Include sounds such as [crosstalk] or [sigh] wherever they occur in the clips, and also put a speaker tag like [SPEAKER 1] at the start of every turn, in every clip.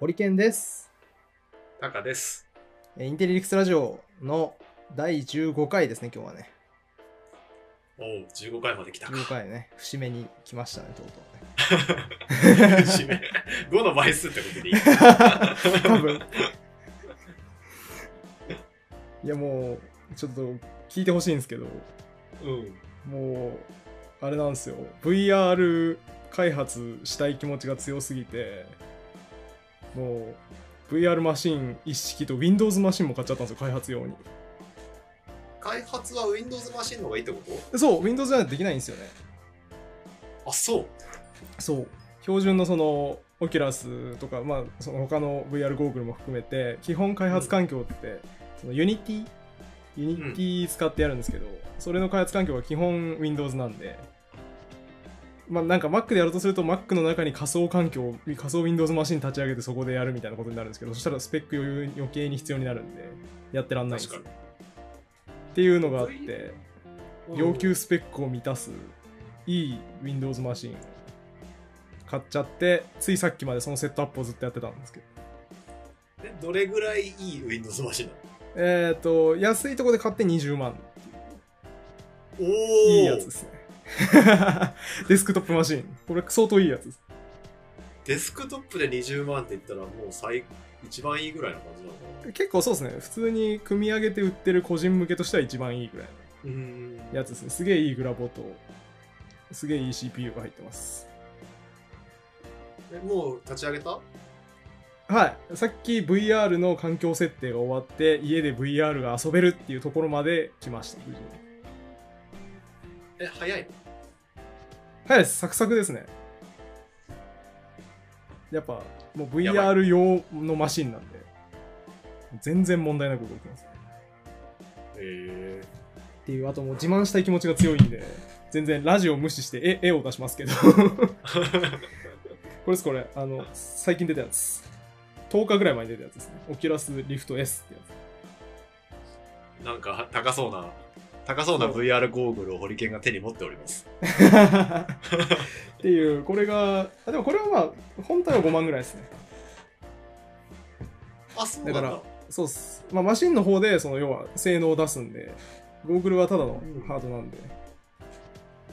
[SPEAKER 1] ホリケンです。
[SPEAKER 2] タカです。
[SPEAKER 1] えーインテリリクスラジオの第15回ですね、今日はね。
[SPEAKER 2] おう、15回まで来たか。
[SPEAKER 1] 15回ね、節目に来ましたね、とうとう
[SPEAKER 2] [laughs]
[SPEAKER 1] ね。
[SPEAKER 2] [laughs] 締め5の倍数ってことでいい
[SPEAKER 1] 多分。いや、もう、ちょっと聞いてほしいんですけど、
[SPEAKER 2] うん。
[SPEAKER 1] もう、あれなんですよ、VR 開発したい気持ちが強すぎて、もう、VR マシン一式と Windows マシンも買っちゃったんですよ、開発用に。
[SPEAKER 2] 開発は Windows マシンの方がいいってこ
[SPEAKER 1] そう、Windows じゃないとできないんですよね。
[SPEAKER 2] とあ、そう。
[SPEAKER 1] そう標準のそのオキュラスとか、まあ、その他の VR ゴーグルも含めて基本開発環境って、そのユニティユニティ使ってやるんですけど、それの開発環境が基本 Windows なんで、まあ、なんか Mac でやろうとすると Mac の中に仮想環境仮想 Windows マシン立ち上げてそこでやるみたいなことになるんですけどそしたらスペック余裕余計に必要になるんでやってらんないんですよ
[SPEAKER 2] 確
[SPEAKER 1] っていうのがあって要求スペックを満たすいい Windows マシン買っちゃってついさっきまでそのセットアップをずっとやってたんですけど
[SPEAKER 2] えどれぐらいいい Windows マシンなの
[SPEAKER 1] えっ、と安いとこで買って20万
[SPEAKER 2] お
[SPEAKER 1] いい
[SPEAKER 2] お
[SPEAKER 1] やつですね [laughs] デスクトップマシンこれ相当いいやつです
[SPEAKER 2] デスクトップで20万って言ったらもう最一番いいぐらいの感じなのかな
[SPEAKER 1] 結構そうですね普通に組み上げて売ってる個人向けとしては一番いいぐらいう
[SPEAKER 2] ーん
[SPEAKER 1] のやつですねすげえいいグラボとすげえいい CPU が入ってます
[SPEAKER 2] えもう立ち上げた
[SPEAKER 1] はい、さっき VR の環境設定が終わって家で VR が遊べるっていうところまで来ました無事に
[SPEAKER 2] え早いの
[SPEAKER 1] 早いですサクサクですねやっぱもう
[SPEAKER 2] やば
[SPEAKER 1] VR 用のマシンなんで全然問題なく動きます
[SPEAKER 2] へえ
[SPEAKER 1] っていうあともう自慢したい気持ちが強いんで全然ラジオ無視して絵絵を出します [laughs] けどこれですこれあの最近出たやつ10日ぐらい前に出たやつですねオキュラスリフト S [laughs] ってやつ
[SPEAKER 2] なんか高そうな高そうな VR ゴーグルをホリケンが手に持っております
[SPEAKER 1] っていうこれがあでもこれはまあ本体は5万ぐらいですね
[SPEAKER 2] あそう
[SPEAKER 1] だからそうっす、まあ、マシンの方でその要は性能を出すんでゴーグルはただのハードなんで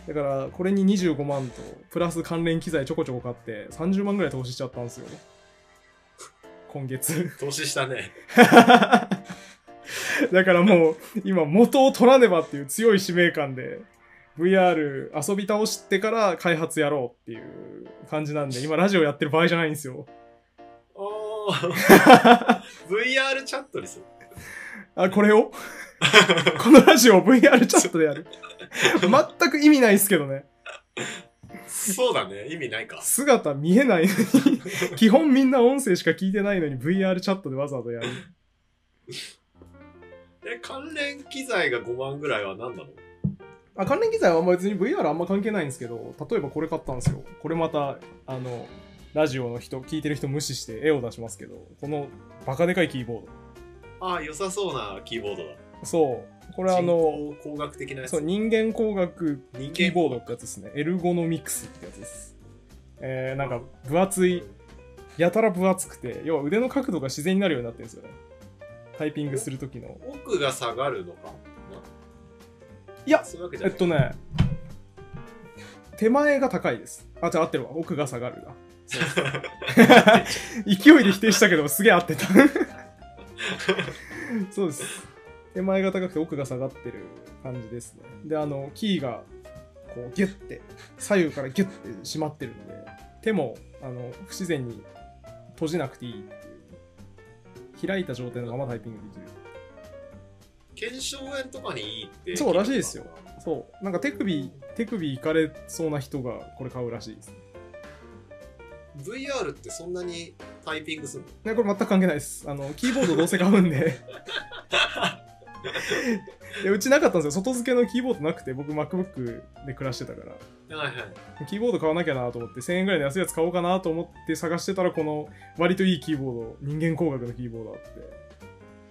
[SPEAKER 1] だからこれに25万とプラス関連機材ちょこちょこ買って30万ぐらい投資しちゃったんですよ今月 [laughs]
[SPEAKER 2] 投資したね
[SPEAKER 1] だからもう今元を取らねばっていう強い使命感で VR 遊び倒してから開発やろうっていう感じなんで今ラジオやってる場合じゃないんですよ
[SPEAKER 2] おー [laughs] VR チャットにする。
[SPEAKER 1] あ、これを [laughs] このラジオを VR チャットでやる。全く意味ないですけどね。
[SPEAKER 2] そうだね。意味ないか。
[SPEAKER 1] 姿見えないのに、 [laughs] 基本みんな音声しか聞いてないのに VR チャットでわざわざやる。
[SPEAKER 2] え、関連機材が5万ぐらいは何なの
[SPEAKER 1] あ、関連機材はあんま別に VR あんま関係ないんですけど、例えばこれ買ったんですよ。これまた、あの、ラジオの人、聞いてる人無視して絵を出しますけど、このバカでかいキーボー
[SPEAKER 2] ああ、良さそうなキーボードだ。
[SPEAKER 1] ド。そう。これあの、
[SPEAKER 2] 人工工学的なやつ。
[SPEAKER 1] そう、人間工学
[SPEAKER 2] 人
[SPEAKER 1] キー
[SPEAKER 2] 間
[SPEAKER 1] ボードってやつですね。エルゴノミクスってやつです。えー、なんか分厚い、やたら分厚くて、要は腕の角度が自然になるようになってるんですよね。タイピングするときの。
[SPEAKER 2] 奥が下がるのか
[SPEAKER 1] いや
[SPEAKER 2] そういうわけじゃ
[SPEAKER 1] えっ
[SPEAKER 2] ない。
[SPEAKER 1] とね、手前が高いです。あ、じゃあ合ってるわ。奥が下がるだ。勢いで否定したけど、すげえ合ってた。そうです。手前が高くて奥が下がってる感じですね。で、あの、キーがこうギュッて、左右からギュッて締まってるんで、手もあの不自然に閉じなくていいっていう。開いた状態のままタイピングできる。
[SPEAKER 2] 腱鞘炎とかにいいって。
[SPEAKER 1] そうらしいですよ。そう。なんか手首、手首いかれそうな人がこれ買うらしいです。
[SPEAKER 2] VR ってそんなにタイピングするの
[SPEAKER 1] ね、これ全く関係ないです。あの、キーボードどうせ買うんで。 [laughs] いやうちなかったんですよ。外付けのキーボードなくて、僕 MacBook で暮らしてたから。
[SPEAKER 2] はいはい。
[SPEAKER 1] キーボード買わなきゃなと思って、1000円ぐらいの安いやつ買おうかなと思って探してたら、この割といいキーボード、人間工学のキーボードあって。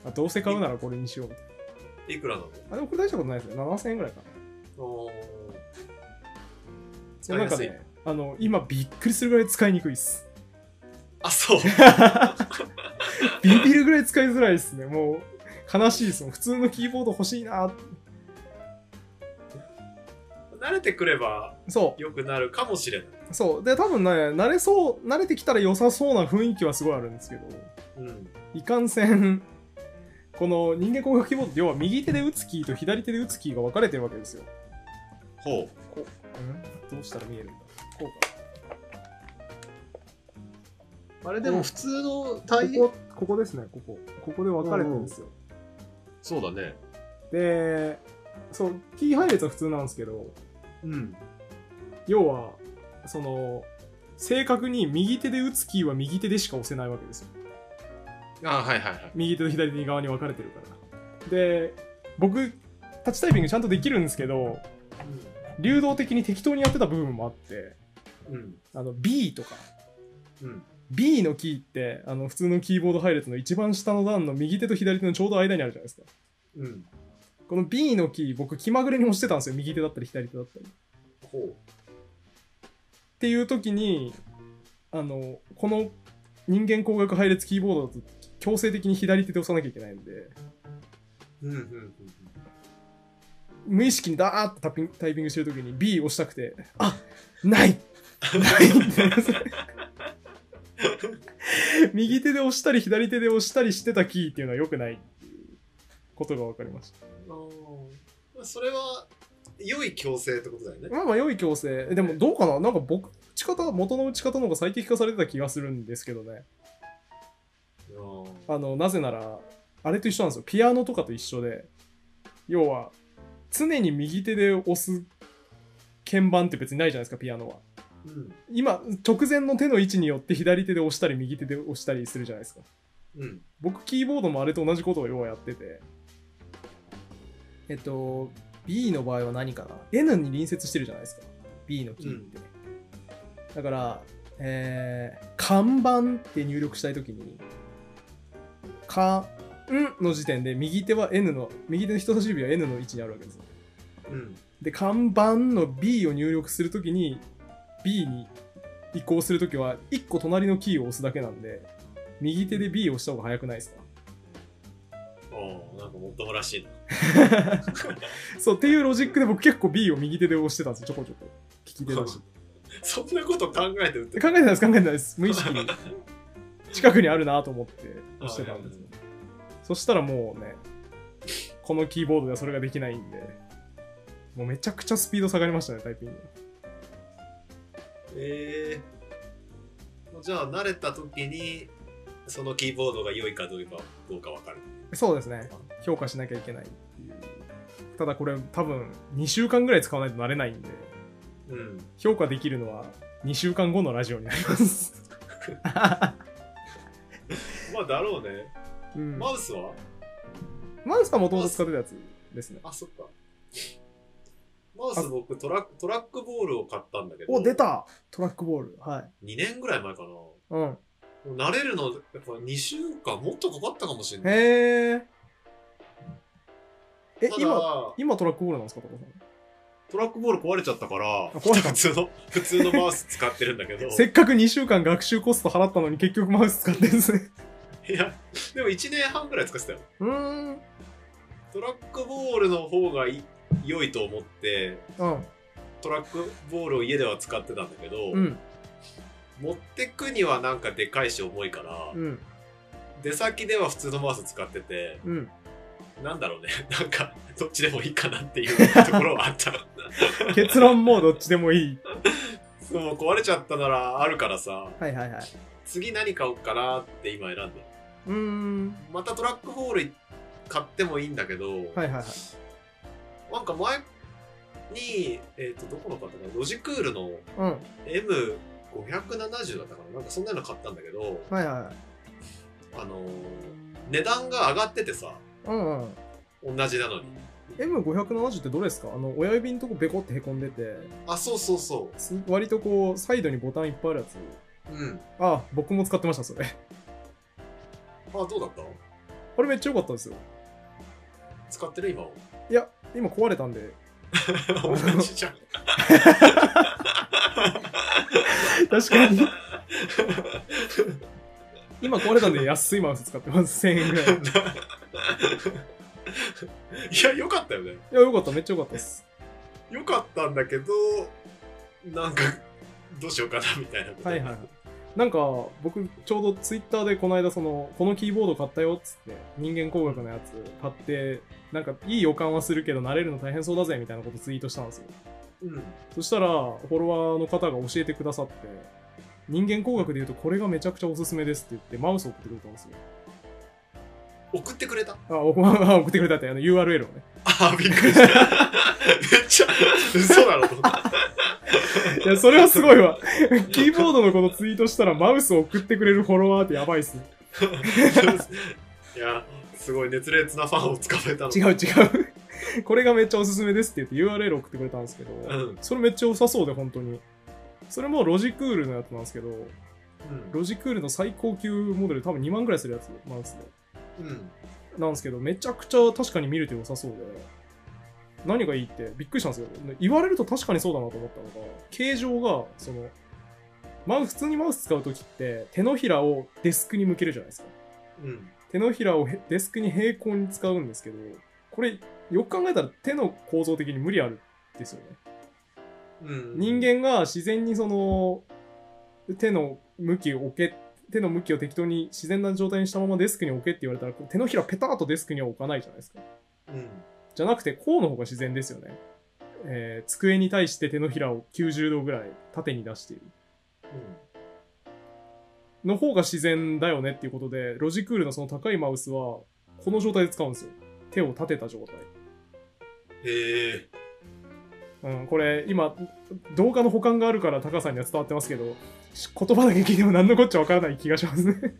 [SPEAKER 1] あどうせ買うならこれにしようみたい
[SPEAKER 2] いくらなの
[SPEAKER 1] な。あ、でもこれ大したことないですね。7000円ぐらいかな。
[SPEAKER 2] おー
[SPEAKER 1] い
[SPEAKER 2] 使
[SPEAKER 1] やなん
[SPEAKER 2] いや
[SPEAKER 1] か
[SPEAKER 2] すい。
[SPEAKER 1] ね、あの、今びっくりするぐらい使いにくいっす。
[SPEAKER 2] あ、そう。
[SPEAKER 1] ビビるぐらい使いづらいですね。もう、悲しいですもん。普通のキーボード欲しいな。
[SPEAKER 2] 慣れてくれば
[SPEAKER 1] そ
[SPEAKER 2] 良くなるかもしれない。
[SPEAKER 1] う。そう。で、多分ね、慣れそう、慣れてきたら良さそうな雰囲気はすごいあるんですけど、
[SPEAKER 2] うん。
[SPEAKER 1] いかんせん、この人間工学キーボードって要は右手で打つキーと左手で打つキーが分かれてるわけですよ。
[SPEAKER 2] ほ
[SPEAKER 1] こう、ん、どうしたら見えるんだこうか。
[SPEAKER 2] う。あれ
[SPEAKER 1] でも普
[SPEAKER 2] 通の
[SPEAKER 1] ここ、ここですね、ここ。ここで分かれてるんですよ。
[SPEAKER 2] そうだね。
[SPEAKER 1] で、そう、キー配列は普通なんですけど、
[SPEAKER 2] うん。
[SPEAKER 1] 要は、その、正確に右手で打つキーは右手でしか押せないわけですよ。
[SPEAKER 2] あ、はいはいはい。
[SPEAKER 1] 右手と左手側に分かれてるから。で、僕、タッチタイピングちゃんとできるんですけど、流動的に適当にやってた部分もあって、
[SPEAKER 2] うん。
[SPEAKER 1] あの、B とか、
[SPEAKER 2] うん。
[SPEAKER 1] B のキーって、あの、普通のキーボード配列の一番下の段の右手と左手のちょうど間にあるじゃないですか。
[SPEAKER 2] うん。
[SPEAKER 1] この B のキー、僕、気まぐれに押してたんですよ。右手だったり左手だったり。
[SPEAKER 2] ほう。
[SPEAKER 1] っていう時にあのこの人間工学配列キーボードだと強制的に左手で押さなきゃいけないんで
[SPEAKER 2] うんうんうん
[SPEAKER 1] 無意識にダーッとタッピングタイピングしてる時に B 押したくてあないないってなります右手で押したり左手で押したりしてたキーっていうのは良くないっていうことが分かりました
[SPEAKER 2] うん。ああ。それは、良い矯正ってことだよね。
[SPEAKER 1] まあまあ良い強制でもどうかななんか僕打ち方元の打ち方の方が最適化されてた気がするんですけどね
[SPEAKER 2] あ
[SPEAKER 1] あのなぜならあれと一緒なんですよピアノとかと一緒で要は常に右手で押す鍵盤って別にないじゃないですかピアノは
[SPEAKER 2] うん。
[SPEAKER 1] 今直前の手の位置によって左手で押したり右手で押したりするじゃないですか
[SPEAKER 2] うん。
[SPEAKER 1] 僕キーボードもあれと同じことを要はやっててえっと B の場合は何かな N に隣接してるじゃないですか B のキーって、だからえー、看板って入力したいときに「かん」の時点で右手は N の右手の人差し指は N の位置にあるわけですよ
[SPEAKER 2] うん。
[SPEAKER 1] で看板の B を入力するときに B に移行するときは1個隣のキーを押すだけなんで右手で B を押した方が早くないですか [laughs]
[SPEAKER 2] おなんかもっともらしいな。 [laughs]
[SPEAKER 1] そうっていうロジックで僕結構 B を右手で押してたんですよちょこちょこ聞き手だし
[SPEAKER 2] そんなこと考えて打って
[SPEAKER 1] 考えてないです考えてないです無意識に近くにあるなと思って押してたんですよそしたらもうねこのキーボードではそれができないんでもうめちゃくちゃスピード下がりましたねタイピング
[SPEAKER 2] ええじゃあ慣れた時にそのキーボードが良いかどうかどうか分かる
[SPEAKER 1] そうですね評価しなきゃいけないっていうただこれ多分2週間ぐらい使わないとなれないんで
[SPEAKER 2] [laughs] うん
[SPEAKER 1] 評価できるのは2週間後のラジオになります、
[SPEAKER 2] まあだろうね、
[SPEAKER 1] うん、
[SPEAKER 2] マウスは
[SPEAKER 1] マウスはもともと使ってたやつですね
[SPEAKER 2] あそっかマウス僕トラトラックボールを買ったんだけど
[SPEAKER 1] お出たトラックボールはい
[SPEAKER 2] 2年ぐらい前かな
[SPEAKER 1] うん
[SPEAKER 2] 慣れるのやっぱ2週間もっとかかったかもしれない
[SPEAKER 1] へえ。え
[SPEAKER 2] ただ、
[SPEAKER 1] 今、今トラックボールなんですか、トラさ
[SPEAKER 2] トラックボール壊れちゃったから
[SPEAKER 1] 壊れた
[SPEAKER 2] 普通の普通のマウス使ってるんだけど
[SPEAKER 1] ん。 [laughs] せっかく2週間学習コスト払ったのに結局マウス使ってるんですね。
[SPEAKER 2] いやでも1年半ぐらい使ってたよ
[SPEAKER 1] [laughs] うーん。
[SPEAKER 2] トラックボールの方がい良いと思って
[SPEAKER 1] うん。
[SPEAKER 2] トラックボールを家では使ってたんだけど、
[SPEAKER 1] うん。
[SPEAKER 2] 持ってくにはなんかでかいし重いから、
[SPEAKER 1] うん。
[SPEAKER 2] 出先では普通のマウス使ってて
[SPEAKER 1] うん。
[SPEAKER 2] なんだろうね [laughs] なんかどっちでもいいかなっていうところはあった
[SPEAKER 1] 結論もうどっちでもいい。
[SPEAKER 2] [laughs] そう壊れちゃったならあるからさ
[SPEAKER 1] はいはいはい。
[SPEAKER 2] 次何買おうかなって今選んで
[SPEAKER 1] うーん。
[SPEAKER 2] またトラックボール買ってもいいんだけど、
[SPEAKER 1] はいはいはい。
[SPEAKER 2] なんか前に、えっとどこの方かなロジクールの
[SPEAKER 1] うん。
[SPEAKER 2] M570 だったかななんかそんなの買ったんだけど、
[SPEAKER 1] はいはいはい。
[SPEAKER 2] あのー値段が上がっててさ、
[SPEAKER 1] うんうん。
[SPEAKER 2] 同じなのに。
[SPEAKER 1] M570 ってどれですかあの、親指のとこベコってへこんでて、
[SPEAKER 2] あ、そうそうそ
[SPEAKER 1] す割とこう、サイドにボタンいっぱいあるやつ。
[SPEAKER 2] う。うん。
[SPEAKER 1] あ、僕も使ってました、それ。 [laughs]
[SPEAKER 2] あ、どうだった
[SPEAKER 1] あれめっちゃ良かったんですよ。
[SPEAKER 2] 使ってる今を。
[SPEAKER 1] いや、今壊れたんで、
[SPEAKER 2] [laughs] 同じじゃん。
[SPEAKER 1] 確かに。 [laughs] 今壊れたんで安いマウス使ってます。1000円ぐらい。い
[SPEAKER 2] いや、良かったよね。
[SPEAKER 1] や、よかった、めっちゃよかったです。
[SPEAKER 2] 良かったんだけど、なんか、どうしようかな、みたいなこと。
[SPEAKER 1] はいはいはい。なんか、僕、ちょうどツイッターでこの間、その、このキーボード買ったよっつって、人間工学のやつ買って、なんか、いい予感はするけど、慣れるの大変そうだぜ、みたいなことツイートしたんですよ。
[SPEAKER 2] うん。
[SPEAKER 1] そしたら、フォロワーの方が教えてくださって、人間工学で言うと、これがめちゃくちゃおすすめですって言って、マウス送ってくれたんですよ。
[SPEAKER 2] 送ってくれた
[SPEAKER 1] あ、お [laughs] 送ってくれたって、あの、URL をね。
[SPEAKER 2] あ、びっくりした。め [laughs] っちゃ、嘘だろと思った。
[SPEAKER 1] [laughs] いや、それはすごいわ。キーボードのこのツイートしたら、マウスを送ってくれるフォロワーってやばいっすね。
[SPEAKER 2] [laughs] いや、すごい熱烈なファンをつかめたの。
[SPEAKER 1] 違う違う。 [laughs] これがめっちゃおすすめですって言って URL 送ってくれたんですけど、
[SPEAKER 2] ん
[SPEAKER 1] それめっちゃ良さそうで、本当に。それもロジクールのやつなんですけど、ロジクールの最高級モデル、多分2万くらいするやつ、マウスで。
[SPEAKER 2] うん。うん。
[SPEAKER 1] なんですけど、めちゃくちゃ確かに見れて良さそうで、何がいいってびっくりしたんですよ。言われると確かにそうだなと思ったのが、形状が、その、マウス、普通にマウス使うときって、手のひらをデスクに向けるじゃないですか。
[SPEAKER 2] うん。
[SPEAKER 1] 手のひらをへデスクに平行に使うんですけど、これ、よく考えたら手の構造的に無理あるんですよね。
[SPEAKER 2] うん。
[SPEAKER 1] 人間が自然にその、手の向きを置け、手の向きを適当に自然な状態にしたままデスクに置けって言われたら、こう手のひらペターっとデスクには置かないじゃないですか。
[SPEAKER 2] うん。
[SPEAKER 1] じゃなくて、こうの方が自然ですよね。えー机に対して手のひらを90度ぐらい縦に出している。の方が自然だよねっていうことで、ロジクールのその高いマウスは、この状態で使うんですよ。手を立てた状態。
[SPEAKER 2] へえ。
[SPEAKER 1] うん、これ今動画の保管があるから高さんには伝わってますけどし言葉だけ聞いても何のこっちゃわからない気がしますね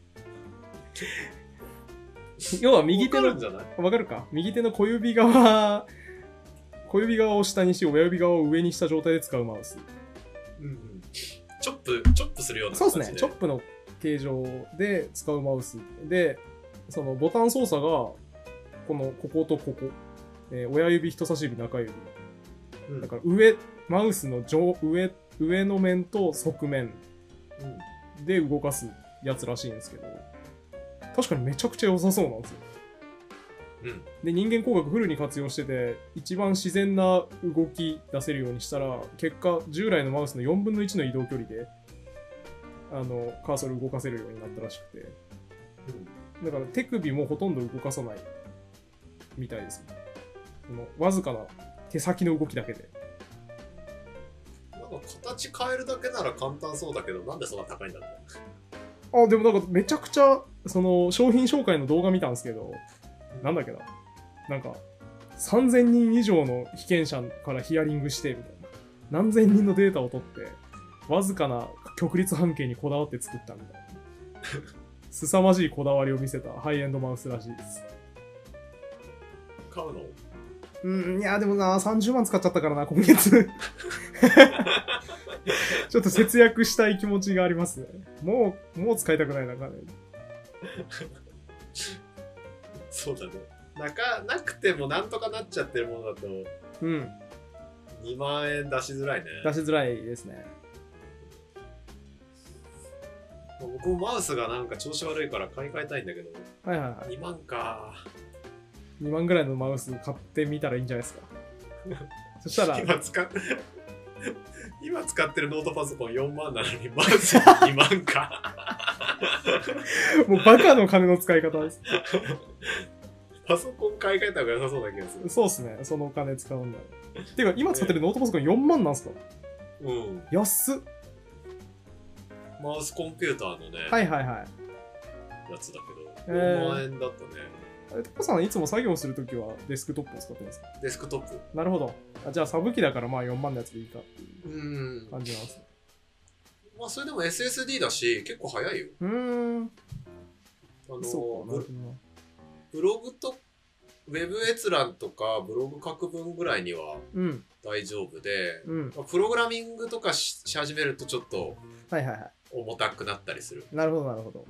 [SPEAKER 1] [laughs] 要は右手
[SPEAKER 2] わかるん
[SPEAKER 1] の
[SPEAKER 2] じゃない
[SPEAKER 1] わかるか右手の小指側小指側を下にし親指側を上にした状態で使うマウス
[SPEAKER 2] うんうん。チョップ、チョップするような
[SPEAKER 1] そう
[SPEAKER 2] 感
[SPEAKER 1] で
[SPEAKER 2] じ
[SPEAKER 1] すねチョップの形状で使うマウスでそのボタン操作がこのこことここ、えー親指人差し指中指
[SPEAKER 2] うん
[SPEAKER 1] だから上マウスの上上上の面と側面
[SPEAKER 2] うん
[SPEAKER 1] で動かすやつらしいんですけど、確かにめちゃくちゃ良さそうなんですよ。
[SPEAKER 2] うん
[SPEAKER 1] で、人間工学フルに活用してて、一番自然な動き出せるようにしたら、結果、従来のマウスの4分の1の移動距離で、あの、カーソル動かせるようになったらしくて、だから手首もほとんど動かさないみたいです、ね。このわずかな手先の動きだけで。
[SPEAKER 2] なんか形変えるだけなら簡単そうだけど、なんでそんな高いんだろう。
[SPEAKER 1] あ、でもなんかめちゃくちゃ、その、商品紹介の動画見たんですけど、なんだっけな。なんか、3000人以上の被験者からヒアリングして、みたいな。何千人のデータを取って、わずかな極率半径にこだわって作ったみたいな。 [laughs] 凄まじいこだわりを見せたハイエンドマウスらしいです。
[SPEAKER 2] 買うの
[SPEAKER 1] うん、いや、でもな、30万使っちゃったからな、今月。 [laughs] ちょっと節約したい気持ちがありますね。もう、もう使いたくないな、金。
[SPEAKER 2] そうだね。なか、なくてもなんとかなっちゃってるものだと、
[SPEAKER 1] うん、
[SPEAKER 2] 2万円出しづらいね。
[SPEAKER 1] 出しづらいですね。
[SPEAKER 2] 僕もマウスがなんか調子悪いから買い替えたいんだけど、
[SPEAKER 1] はいはいは
[SPEAKER 2] 2万か。
[SPEAKER 1] い。2万ぐらいのマウス買ってみたらいいんじゃないですか。そしたら、
[SPEAKER 2] 今
[SPEAKER 1] [laughs]
[SPEAKER 2] 使っ今使ってるノートパソコン4万なのにマウス2万か [laughs]
[SPEAKER 1] もうバカの金の使い方です。
[SPEAKER 2] パソコン買い替えた方が良さそうな気がする
[SPEAKER 1] そうっすね。そのお金使うんだら。ていうか、今使ってるノートパソコン4万なんすか
[SPEAKER 2] うん
[SPEAKER 1] 安っ。
[SPEAKER 2] マウスコンピューターのね、
[SPEAKER 1] はいはいはい。
[SPEAKER 2] やつだ
[SPEAKER 1] え
[SPEAKER 2] けど
[SPEAKER 1] ー
[SPEAKER 2] 4万円だったね、
[SPEAKER 1] えタコさんいつも作業するときはデスクトップを使ってますか
[SPEAKER 2] デスクトップ
[SPEAKER 1] なるほど。あじゃあサブ機だからまあ4万のやつでいいかっていう
[SPEAKER 2] うん
[SPEAKER 1] 感じなんですね。
[SPEAKER 2] まあそれでも SSD だし結構早いよ
[SPEAKER 1] うーん。
[SPEAKER 2] あの
[SPEAKER 1] そうかなる
[SPEAKER 2] ブ
[SPEAKER 1] ほどな。
[SPEAKER 2] ブログとウェブ閲覧とかブログ書く分ぐらいには
[SPEAKER 1] うん。
[SPEAKER 2] 大丈夫で、
[SPEAKER 1] うん。
[SPEAKER 2] まあプログラミングとかしし始めるとちょっと
[SPEAKER 1] はいはいは
[SPEAKER 2] 重たくなったりする
[SPEAKER 1] い。なるほどなるほど。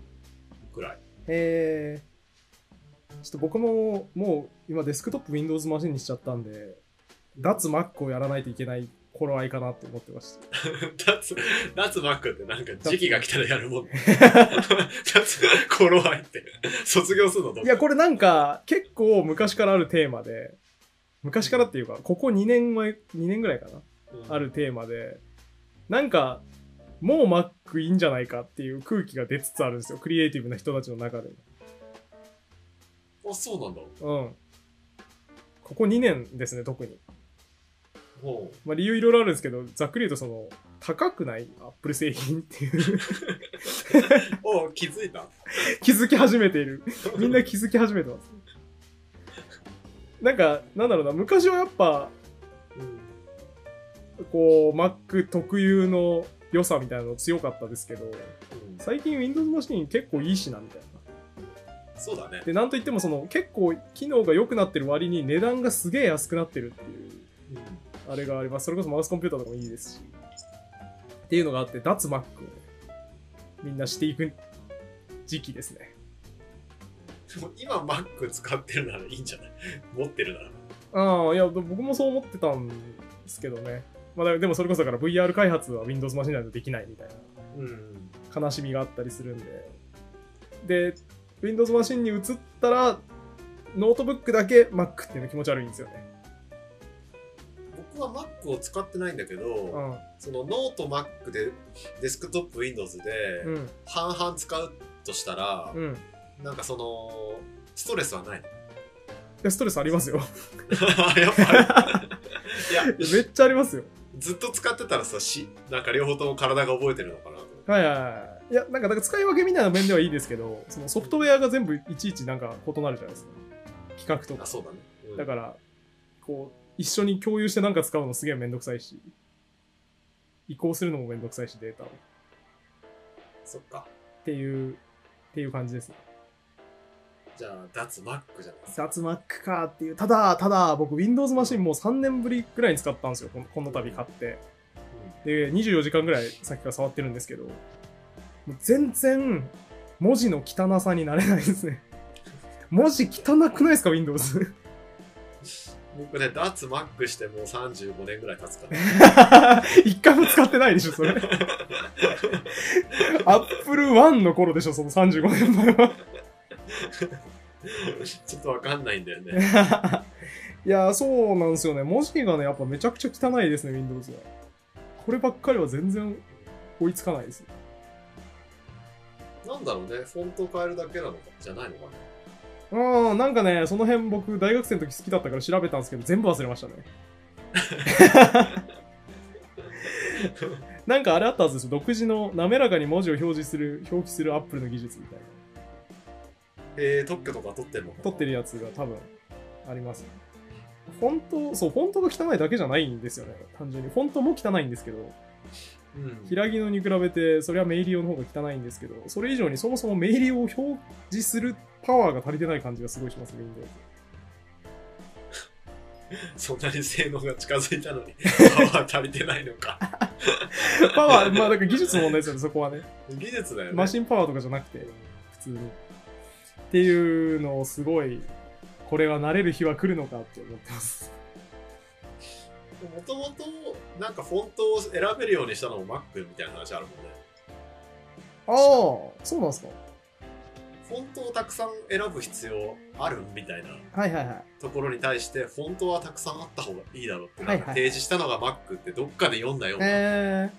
[SPEAKER 2] くらい [laughs]
[SPEAKER 1] えー、ちょっと僕ももう今デスクトップ Windows マシンにしちゃったんで、脱 Mac をやらないといけない頃合いかなと思ってました。
[SPEAKER 2] 脱、脱マックってなんか時期が来たら
[SPEAKER 1] [laughs]
[SPEAKER 2] やるもん。脱、頃合いって。卒業するのどう
[SPEAKER 1] いや、これなんか、結構昔からあるテーマで、昔からっていうか、ここ2年前、2年ぐらいかな、
[SPEAKER 2] うん
[SPEAKER 1] あるテーマで、なんか、もう Mac いいんじゃないかっていう空気が出つつあるんですよ。クリエイティブな人たちの中で
[SPEAKER 2] あ、そうなんだ。
[SPEAKER 1] も。うん。ここ2年ですね、特に。
[SPEAKER 2] ほ
[SPEAKER 1] [laughs] まあ理由いろいろあるんですけど、ざっくり言うとその、高くない Apple 製品っていう [laughs]
[SPEAKER 2] う。お気づいた
[SPEAKER 1] 気づき始めている。みんな気づき始めてます。なんか、なんだろうな、昔はやっぱ、
[SPEAKER 2] うん。
[SPEAKER 1] こう Mac 特有の良さみたいなの強かったですけど
[SPEAKER 2] うん
[SPEAKER 1] 最近 Windows マシン結構いいしなみたいな
[SPEAKER 2] そうだね。
[SPEAKER 1] でなんといってもその結構機能が良くなってる割に値段がすげえ安くなってるっていう
[SPEAKER 2] うん
[SPEAKER 1] あれがありますそれこそマウスコンピューターとかもいいですしっていうのがあって脱 Mac をねみんなしていく時期ですね
[SPEAKER 2] でも今 Mac 使ってるならいいんじゃない持ってるなら。
[SPEAKER 1] ああいや僕もそう思ってたんですけどねまあだからでもそれこそだから VR 開発は Windows マシンないとできないみたいな
[SPEAKER 2] うん。
[SPEAKER 1] 悲しみがあったりするんで。で、Windows マシンに移ったら、ノートブックだけ Mac っていうの気持ち悪いんですよね。
[SPEAKER 2] 僕は Mac を使ってないんだけど、
[SPEAKER 1] うん。
[SPEAKER 2] そのノート Mac でデスクトップ Windows で
[SPEAKER 1] うん。
[SPEAKER 2] 半々使うとしたら、
[SPEAKER 1] うん。い
[SPEAKER 2] なんかそのストレスは
[SPEAKER 1] [laughs]
[SPEAKER 2] ない
[SPEAKER 1] や、ストレスありますよ。
[SPEAKER 2] やっぱりいや
[SPEAKER 1] めっちゃありますよ。
[SPEAKER 2] ずっと使ってたらさしなんか両方とも体が覚えてるのかなと思って
[SPEAKER 1] はいはいはい。いや、なんか、だから使い分けみたいな面ではいいですけど、そのソフトウェアが全部いちいちなんか異なるじゃないですか。企画と
[SPEAKER 2] あ
[SPEAKER 1] か。
[SPEAKER 2] そうだね、うん
[SPEAKER 1] だから、こう、一緒に共有してなんか使うのすげえめんどくさいし、移行するのもめんどくさいし、データを。っ
[SPEAKER 2] そっか
[SPEAKER 1] ていう、っていう感じですね。
[SPEAKER 2] じゃあ脱 Mac じゃないですか
[SPEAKER 1] 雑 Mac かっていう。ただ、ただ、僕、Windows マシンもう3年ぶりぐらいに使ったんですよ。このこの度買って。で、24時間ぐらいさっきから触ってるんですけど、もう全然、文字の汚さになれないですね。文字汚くないですか、Windows。 [laughs]
[SPEAKER 2] 僕ね脱 Mac してもう35年ぐらい経つから [laughs]
[SPEAKER 1] 一回も使ってないでしょ、それ。Apple One の頃でしょ、その35年前は。
[SPEAKER 2] ちょっとわかんないんだよね
[SPEAKER 1] いやー、そうなんですよね。文字がね、やっぱめちゃくちゃ汚いですね、Windows は。こればっかりは全然追いつかないです。
[SPEAKER 2] なんだろうねフォント変えるだけなのかじゃないのかな
[SPEAKER 1] うん、なんかね、その辺僕、大学生の時好きだったから調べたんですけど、全部忘れましたね。なんかあれあったはずですよ。独自の滑らかに文字を表示する、表記するアップルの技術みたいな。
[SPEAKER 2] えー、特許とか取ってんのかな
[SPEAKER 1] 撮ってるやつが多分あります、ね。フォント、そう、フォントが汚いだけじゃないんですよね。単純に。フォントも汚いんですけど、
[SPEAKER 2] うん
[SPEAKER 1] 平木のに比べて、それはメイリオの方が汚いんですけど、それ以上にそもそもメイリオを表示するパワーが足りてない感じがすごいしますね、Windows
[SPEAKER 2] そんなに性能が近づいた
[SPEAKER 1] [laughs]
[SPEAKER 2] のに、パワー足りてないのか。
[SPEAKER 1] パワー、まあ、だから技術の問題ですよね、そこはね。
[SPEAKER 2] 技術だよね。
[SPEAKER 1] マシンパワーとかじゃなくて、普通に。っていうのをすごい、これは慣れる日は来るのかって思ってます。
[SPEAKER 2] もともと、なんかフォントを選べるようにしたのも Mac みたいな話あるもんね。
[SPEAKER 1] ああ、そうなんすか
[SPEAKER 2] フォントをたくさん選ぶ必要あるみたいな
[SPEAKER 1] はいはいはい。
[SPEAKER 2] ところに対して、フォントはたくさんあった方がいいだろうって、
[SPEAKER 1] はいは
[SPEAKER 2] ないんか提示したのが Mac ってどっかで読んだような。
[SPEAKER 1] ええ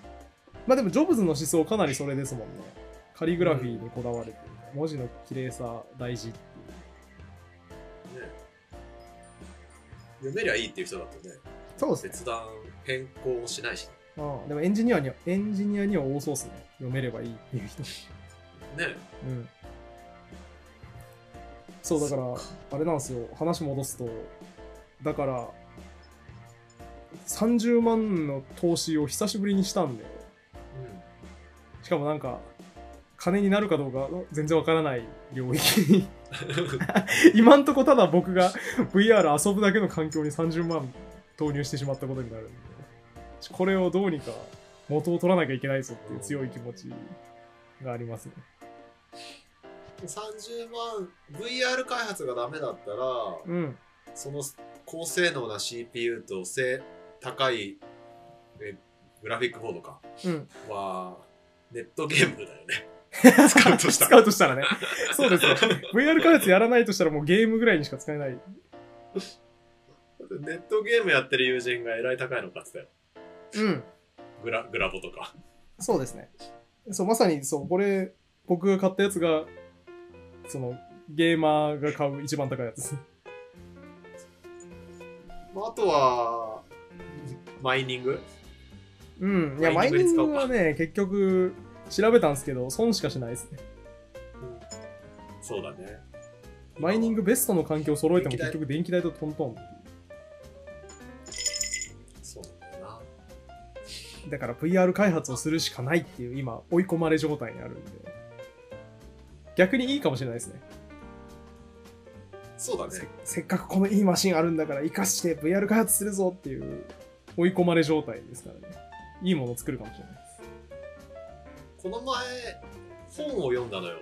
[SPEAKER 1] まあでも、ジョブズの思想かなりそれですもんね。カリグラフィーにこだわれてる。文字の綺麗さ大事っていう。
[SPEAKER 2] ね読めりゃいいっていう人だとね、
[SPEAKER 1] そうですね。
[SPEAKER 2] 切断、変更もしないし
[SPEAKER 1] ああでもエンジニアには、エンジニアには多そうっすね。読めればいいっていう人。
[SPEAKER 2] ね。ね
[SPEAKER 1] うん。そう、だから、あれなんですよ。話戻すと、だから、30万の投資を久しぶりにしたんで、しかもなんか、金になるかどうか全然わからない領域 [laughs] に、
[SPEAKER 2] [laughs]
[SPEAKER 1] 今んとこただ僕が VR 遊ぶだけの環境に30万投入してしまったことになるんで、これをどうにか元を取らなきゃいけないぞっていう強い気持ちがありますね。
[SPEAKER 2] うん。30万、VR 開発がダメだったら、
[SPEAKER 1] うん。
[SPEAKER 2] その高性能な CPU と性高いえグラフィックボードか。
[SPEAKER 1] うん。
[SPEAKER 2] は、ネットゲームだよ
[SPEAKER 1] [laughs]
[SPEAKER 2] ね。 [laughs] スカウトした
[SPEAKER 1] スカウトした [laughs] らね。そうですね。VR 開発やらないとしたらもうゲームぐらいにしか使えない。
[SPEAKER 2] ネットゲームやってる友人がえらい高いの買ってたよ。
[SPEAKER 1] うん。
[SPEAKER 2] グラ、グラボとか。
[SPEAKER 1] そうですね。そう、まさにそう、これ、僕が買ったやつが、その、ゲーマーが買う一番高いやつ。
[SPEAKER 2] まあ、あとは、マイニング
[SPEAKER 1] うん。いや、マ
[SPEAKER 2] マ
[SPEAKER 1] イ
[SPEAKER 2] イ
[SPEAKER 1] ニ
[SPEAKER 2] ニン
[SPEAKER 1] ン
[SPEAKER 2] グに使おう
[SPEAKER 1] グ
[SPEAKER 2] か
[SPEAKER 1] はね、結局、調べたんですけど、損しかしないですね。
[SPEAKER 2] そうだね。
[SPEAKER 1] マイニングベストの環境を揃えても結局電気代とトントン。
[SPEAKER 2] そうなんだよな。
[SPEAKER 1] だから VR 開発をするしかないっていう今追い込まれ状態にあるんで逆にいいかもしれないですね
[SPEAKER 2] そうだ
[SPEAKER 1] せ
[SPEAKER 2] ね。
[SPEAKER 1] せっかくこのいいマシンあるんだから生かして VR 開発するぞっていう追い込まれ状態ですからねいいものを作るかもしれないです
[SPEAKER 2] この前、本を読んだのよ。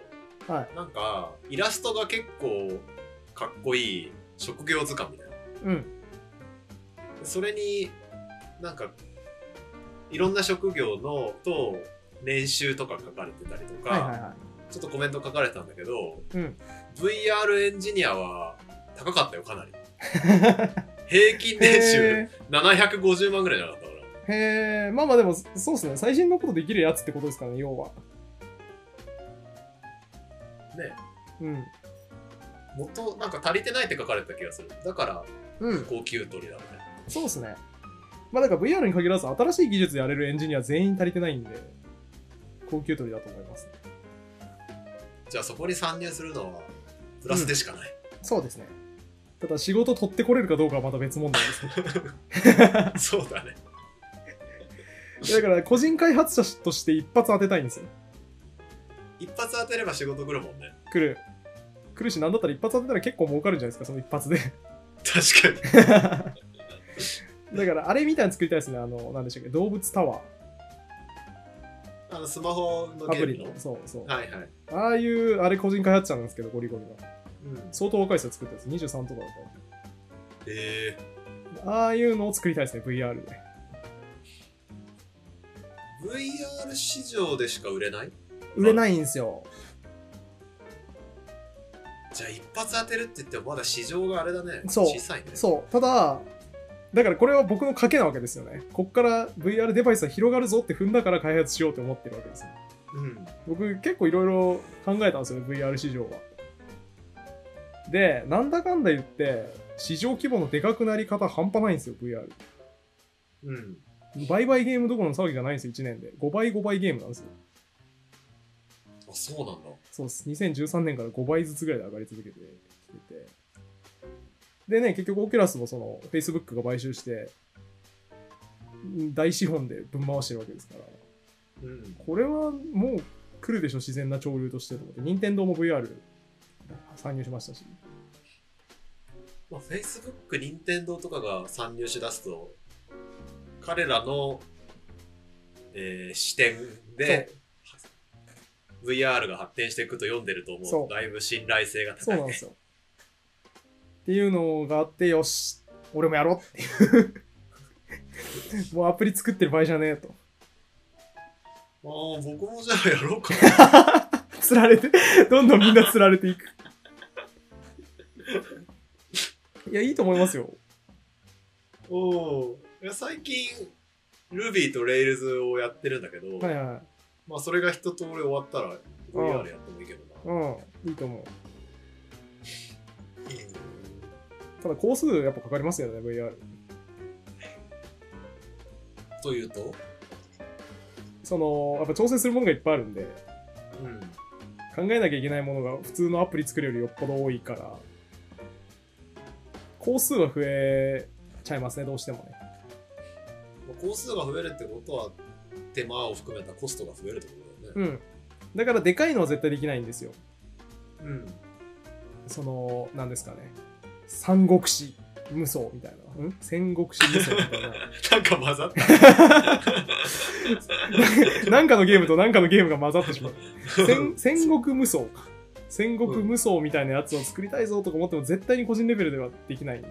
[SPEAKER 1] はい
[SPEAKER 2] なんか、イラストが結構、かっこいい職業図鑑みたいな。
[SPEAKER 1] うん
[SPEAKER 2] それに、なんか、いろんな職業の、と、年収とか書かれてたりとか、
[SPEAKER 1] はいはいは
[SPEAKER 2] ちょっとコメント書かれてたんだけど、
[SPEAKER 1] うん
[SPEAKER 2] VR エンジニアは高かったよ、
[SPEAKER 1] [laughs]
[SPEAKER 2] かなり。平均
[SPEAKER 1] い
[SPEAKER 2] 年収
[SPEAKER 1] へ
[SPEAKER 2] 750万ぐらいじゃなかったか
[SPEAKER 1] ー
[SPEAKER 2] な。
[SPEAKER 1] へーまあまあでもそうですね最新のことできるやつってことですからね要は
[SPEAKER 2] ね
[SPEAKER 1] うん
[SPEAKER 2] もっとなんか足りてないって書かれてた気がする。だから、
[SPEAKER 1] うん
[SPEAKER 2] 高級取りだみたいな。
[SPEAKER 1] そうですねまあだから VR に限らず新しい技術やれるエンジニア全員足りてないんで高級取りだと思います
[SPEAKER 2] じゃあそこに参入するのは、プラスでしかない。
[SPEAKER 1] そうですね。ただ仕事取ってこれるかどうかはまた別問題ですけ [laughs]
[SPEAKER 2] そうだね。
[SPEAKER 1] ど。 [laughs] だから個人開発者として一発当てたいんですよ。
[SPEAKER 2] 一発当てれば仕事来るもんね。
[SPEAKER 1] 来る。来るし、なんだったら一発当てたら結構儲かるんじゃないですか、その一発で。 [laughs]
[SPEAKER 2] 確かに。
[SPEAKER 1] だからあれみたいに作りたいですね。あの、なんでしたっけ、動物タワ
[SPEAKER 2] あの、スマホの
[SPEAKER 1] ー、ア
[SPEAKER 2] ゲ
[SPEAKER 1] プ
[SPEAKER 2] ー
[SPEAKER 1] リ
[SPEAKER 2] ム
[SPEAKER 1] の
[SPEAKER 2] の。。
[SPEAKER 1] そうそう。
[SPEAKER 2] はいはい。
[SPEAKER 1] ああいう、あれ個人開発者なんですけど、ゴリゴリが。
[SPEAKER 2] うん、
[SPEAKER 1] 相当若い人作ったやつ、23とかだ
[SPEAKER 2] え
[SPEAKER 1] と。ああいうのを作りたいですね、VR で。
[SPEAKER 2] ー、VR 市場でしか売れない
[SPEAKER 1] 売れないんですよ。
[SPEAKER 2] じゃあ一発当てるって言ってもまだ市場があれだね。
[SPEAKER 1] そう
[SPEAKER 2] 小さいね。
[SPEAKER 1] そう、ただ、だからこれは僕の賭けなわけですよね。こっから VR デバイスは広がるぞって踏んだから開発しようって思ってるわけですよ。
[SPEAKER 2] うん。
[SPEAKER 1] 僕結構いろいろ考えたんですよね、VR 市場は。で、なんだかんだ言って、市場規模のでかくなり方半端ないんですよ、VR。
[SPEAKER 2] うん。
[SPEAKER 1] 倍々ゲームどころの騒ぎじゃないんですよ、1年で。5倍5倍ゲームなんですよ。
[SPEAKER 2] あ、そうなんだ。
[SPEAKER 1] そうっす。2013年から5倍ずつぐらいで上がり続けてきてて。でね、結局オキュラスもその、Facebook が買収して、ん大資本でぶん回してるわけですから、
[SPEAKER 2] うん。
[SPEAKER 1] これはもう来るでしょ、自然な潮流としてと思って。任天堂も VR 参入しましたし。
[SPEAKER 2] まあ、Facebook、任天堂とかが参入しだすと、彼らの、えー視点で、VR が発展していくと読んでると
[SPEAKER 1] そ
[SPEAKER 2] 思
[SPEAKER 1] う
[SPEAKER 2] う。だいぶ信頼性が
[SPEAKER 1] そう
[SPEAKER 2] 高い
[SPEAKER 1] なんで
[SPEAKER 2] ね。
[SPEAKER 1] すよ。っていうのがあって、よし、俺もやろうっていう。もうアプリ作ってる場合じゃねえと。
[SPEAKER 2] ああ、僕もじゃあやろうかな。
[SPEAKER 1] つられて、どんどんみんなつられていく。いや、いいと思いますよ。
[SPEAKER 2] おーいや最近 Ruby と Rails をやってるんだけど、
[SPEAKER 1] はいはい。
[SPEAKER 2] まあそれが一通り終わったら VR やってもいいけどな、
[SPEAKER 1] うん、いいと思う。
[SPEAKER 2] うん
[SPEAKER 1] ただ、工数やっぱかかりますよね、VR。
[SPEAKER 2] というと、
[SPEAKER 1] その、やっぱ調整するものがいっぱいあるんで、
[SPEAKER 2] うん、
[SPEAKER 1] 考えなきゃいけないものが普通のアプリ作るよりよっぽど多いから、工数は増えちゃいますね、どうしてもね。
[SPEAKER 2] 工数が増えるってことは手間を含めたコストが増えるってことだよ
[SPEAKER 1] う
[SPEAKER 2] ね。
[SPEAKER 1] ん。だから、でかいのは絶対できないんですよ。
[SPEAKER 2] うん [laughs]
[SPEAKER 1] その、なんですかね。三国志無双みたいな。ん戦国志無双みたいな。
[SPEAKER 2] なんか混ざった。
[SPEAKER 1] なん [laughs] かのゲームとなんかのゲームが混ざってしまう。 [laughs] 戦戦国無双か。戦国無双みたいなやつを作りたいぞとか思っても絶対に個人レベルではできないんで、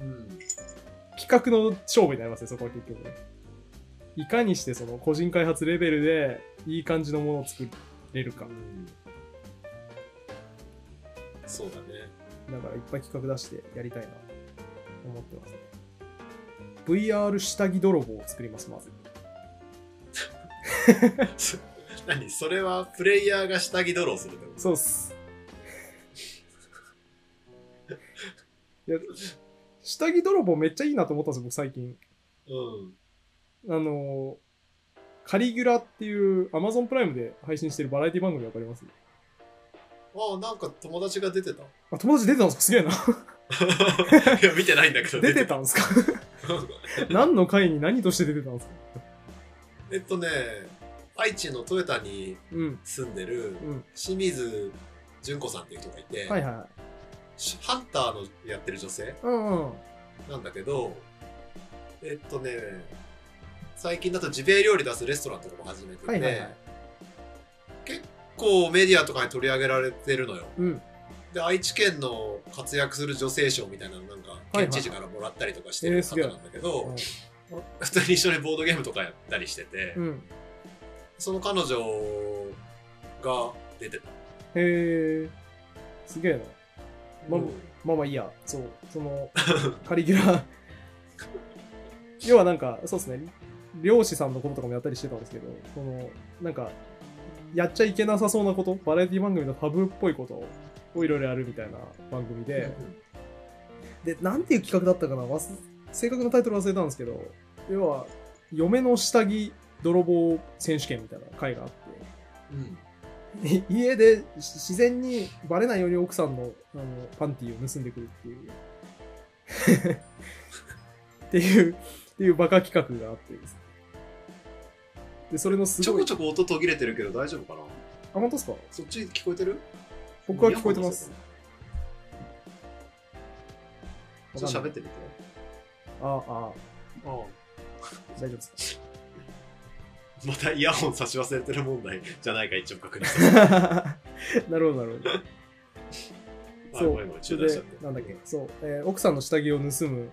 [SPEAKER 2] うん
[SPEAKER 1] 企画の勝負になりますね、そこは結局ね。いかにしてその個人開発レベルでいい感じのものを作れるか
[SPEAKER 2] うんそうだね。
[SPEAKER 1] だからいっぱい企画出してやりたいなと思ってますね VR 下着泥棒を作りますまず
[SPEAKER 2] 何それはプレイヤーが下着ドローするってこと
[SPEAKER 1] そうっすいや下着泥棒めっちゃいいなと思ったんですよ僕最近
[SPEAKER 2] うん。
[SPEAKER 1] あのカリギュラっていう Amazon プライムで配信してるバラエティ番組わかります
[SPEAKER 2] ああ、なんか友達が出てた。 [laughs]
[SPEAKER 1] あ友達出てたんですかすげえな
[SPEAKER 2] いや、見てないんだけど。
[SPEAKER 1] 出てたんですか何の回に何として出てたんですか
[SPEAKER 2] えっとね、愛知のトヨタに
[SPEAKER 1] うん
[SPEAKER 2] 住んでる
[SPEAKER 1] うん
[SPEAKER 2] 清水純子さんっていう人がいて、
[SPEAKER 1] はいはいはい
[SPEAKER 2] しハンターのやってる女性
[SPEAKER 1] うんうん
[SPEAKER 2] なんだけど、えっとね、最近だとジビエ料理出すレストランとかも始めてて、
[SPEAKER 1] はいはいはい
[SPEAKER 2] 結構メディアとかに取り上げられてるのよ。
[SPEAKER 1] うん
[SPEAKER 2] で、愛知県の活躍する女性賞みたいなのなんか、
[SPEAKER 1] はい
[SPEAKER 2] 県知事からもらったりとかしてる方なんだけど、普通に一緒にボードゲームとかやったりしてて、
[SPEAKER 1] うん
[SPEAKER 2] その彼女が出てた。
[SPEAKER 1] へえすげえなまあ
[SPEAKER 2] うん
[SPEAKER 1] まあまあいいやそうそのカリギュラ要はなんかそうですね漁師さんのこととかもやったりしてたんですけどそのなんかやっちゃいけなさそうなことバラエティ番組のタブーっぽいことをいろいろやるみたいな番組で、でなんていう企画だったかな忘れ正確なタイトル忘れたんですけど要は嫁の下着泥棒選手権みたいな回があって
[SPEAKER 2] うん
[SPEAKER 1] い [laughs] 家でし自然にバレないように奥さんのあのパンティーを盗んでくるっていう [laughs] っていうっていうバカ企画があってですねでそれのす
[SPEAKER 2] ちょ
[SPEAKER 1] ご
[SPEAKER 2] こ
[SPEAKER 1] い
[SPEAKER 2] ちょこ音途切れてるけど大丈夫かな
[SPEAKER 1] あ本当ですか
[SPEAKER 2] そっち聞こえてる
[SPEAKER 1] 僕は聞こえてます。
[SPEAKER 2] ちょっと喋っててみて。
[SPEAKER 1] ああ
[SPEAKER 2] あ
[SPEAKER 1] 大丈夫ですか
[SPEAKER 2] またイヤホン差し忘れてる問題じゃないか一応確認
[SPEAKER 1] [laughs] なるほどなるほど
[SPEAKER 2] あごめんごめん
[SPEAKER 1] それ
[SPEAKER 2] 中断しち
[SPEAKER 1] で
[SPEAKER 2] ゃって
[SPEAKER 1] なんだっけそう、えー奥さんの下着を盗む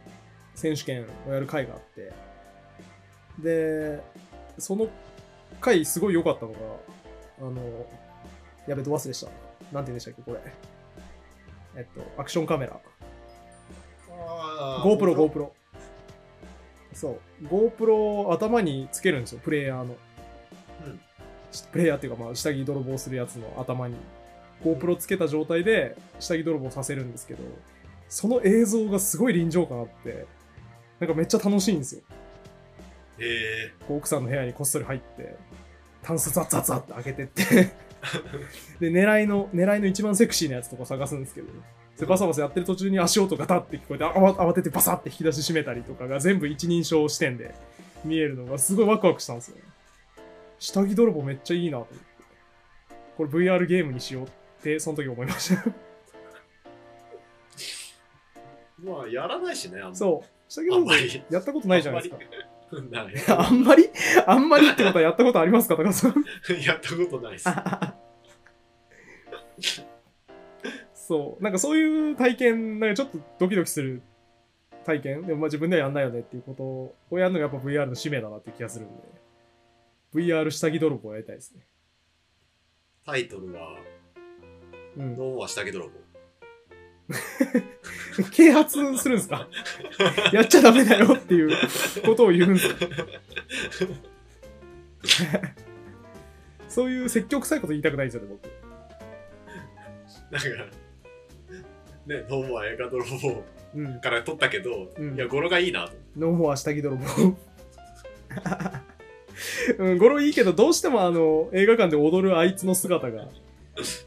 [SPEAKER 1] 選手権をやる会があってでその回すごい良かったのがあのやべど忘れしたなんて言うんでしたっけこれえっとアクションカメラ
[SPEAKER 2] あー
[SPEAKER 1] GoPro GoPro そう GoPro を頭につけるんですよプレイヤーの
[SPEAKER 2] うん
[SPEAKER 1] プレイヤーっていうか、まあ、下着泥棒するやつの頭に GoPro つけた状態で下着泥棒させるんですけどその映像がすごい臨場感あってなんかめっちゃ楽しいんですよ
[SPEAKER 2] へ
[SPEAKER 1] こう奥さんの部屋にこっそり入ってタンスザッザッザッって開けてって [laughs] で狙いの狙いの一番セクシーなやつとか探すんですけどでバサバサやってる途中に足音がタッて聞こえてあわ慌ててバサッて引き出し閉めたりとかが全部一人称視点で見えるのがすごいワクワクしたんですよ下着泥棒めっちゃいいなと思ってこれ VR ゲームにしようってその時思いました [laughs]
[SPEAKER 2] えまあやらないしねあんま
[SPEAKER 1] そう下着
[SPEAKER 2] あ
[SPEAKER 1] 泥
[SPEAKER 2] ん
[SPEAKER 1] 棒
[SPEAKER 2] まり
[SPEAKER 1] やったことないじゃないですか
[SPEAKER 2] あんまり
[SPEAKER 1] いやあんまりあんまりってことはやったことありますか高田さん
[SPEAKER 2] ないやったことないです
[SPEAKER 1] そう、なんかそういう体験、なんかちょっとドキドキする体験、でもまあ自分ではやんないよねっていうことをやるのがやっぱ VR の使命だなっていう気がするんで、VR 下着泥棒やりたいですね。
[SPEAKER 2] タイトルは
[SPEAKER 1] う
[SPEAKER 2] 「
[SPEAKER 1] ん。 [laughs]
[SPEAKER 2] ノーは下着泥棒
[SPEAKER 1] 啓発するんですかやっちゃダメだよっていうことを言うんですか [laughs] そういう積極臭いこと言いたくないんですよね、僕。」
[SPEAKER 2] なんかねノーは映画泥棒
[SPEAKER 1] うん。
[SPEAKER 2] から撮ったけど、
[SPEAKER 1] うん
[SPEAKER 2] いや語呂がいいなと [laughs]
[SPEAKER 1] ノンフォア下着泥棒。 [laughs] うん、語呂いいけど、どうしてもあの、映画館で踊るあいつの姿が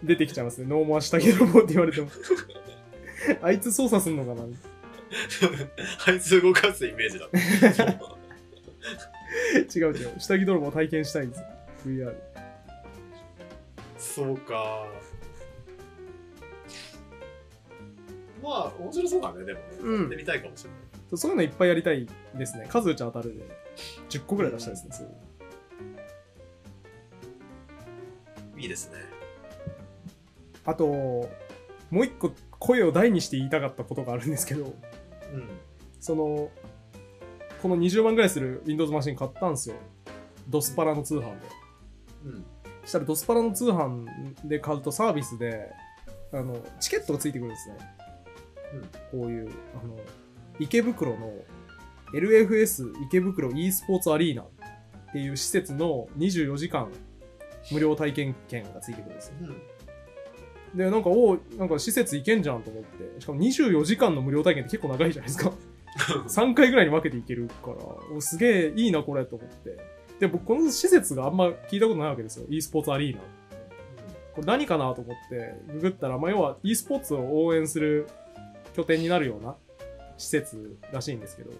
[SPEAKER 1] 出てきちゃいますね。ノーモア下着泥棒って言われても。 [laughs] あいつ操作すんのかな違
[SPEAKER 2] あいつ動かすイメージだった
[SPEAKER 1] う違う。下着泥棒体験したいんですよ。VR。
[SPEAKER 2] そうかまあ面白そうだねでもね、
[SPEAKER 1] うん
[SPEAKER 2] やってみたいかもしれない
[SPEAKER 1] そういうのいっぱいやりたいですね。数打ち当たるで。10個ぐらい出したいですね。そういう
[SPEAKER 2] いいですね。
[SPEAKER 1] あと、もう一個声を大にして言いたかったことがあるんですけど、
[SPEAKER 2] うん。
[SPEAKER 1] その、この20万ぐらいする Windows マシン買ったんですよ。ドスパラの通販で。
[SPEAKER 2] うん。
[SPEAKER 1] したらドスパラの通販で買うとサービスで、あの、チケットがついてくるんですね。こういう、あの、池袋の LFS 池袋 e スポーツアリーナっていう施設の24時間無料体験券がついてくるんですよ。
[SPEAKER 2] うん。
[SPEAKER 1] で、なんか、おうなんか施設行けんじゃんと思って。しかも24時間の無料体験って結構長いじゃないですか。3回ぐらいに分けていけるから、おすげえいいな、これ、と思って。で、僕、この施設があんま聞いたことないわけですよ。e スポーツアリーナ。これ何かなと思って、ググったら、まあ、要は e スポーツを応援する拠点になるような施設らしいんですけど。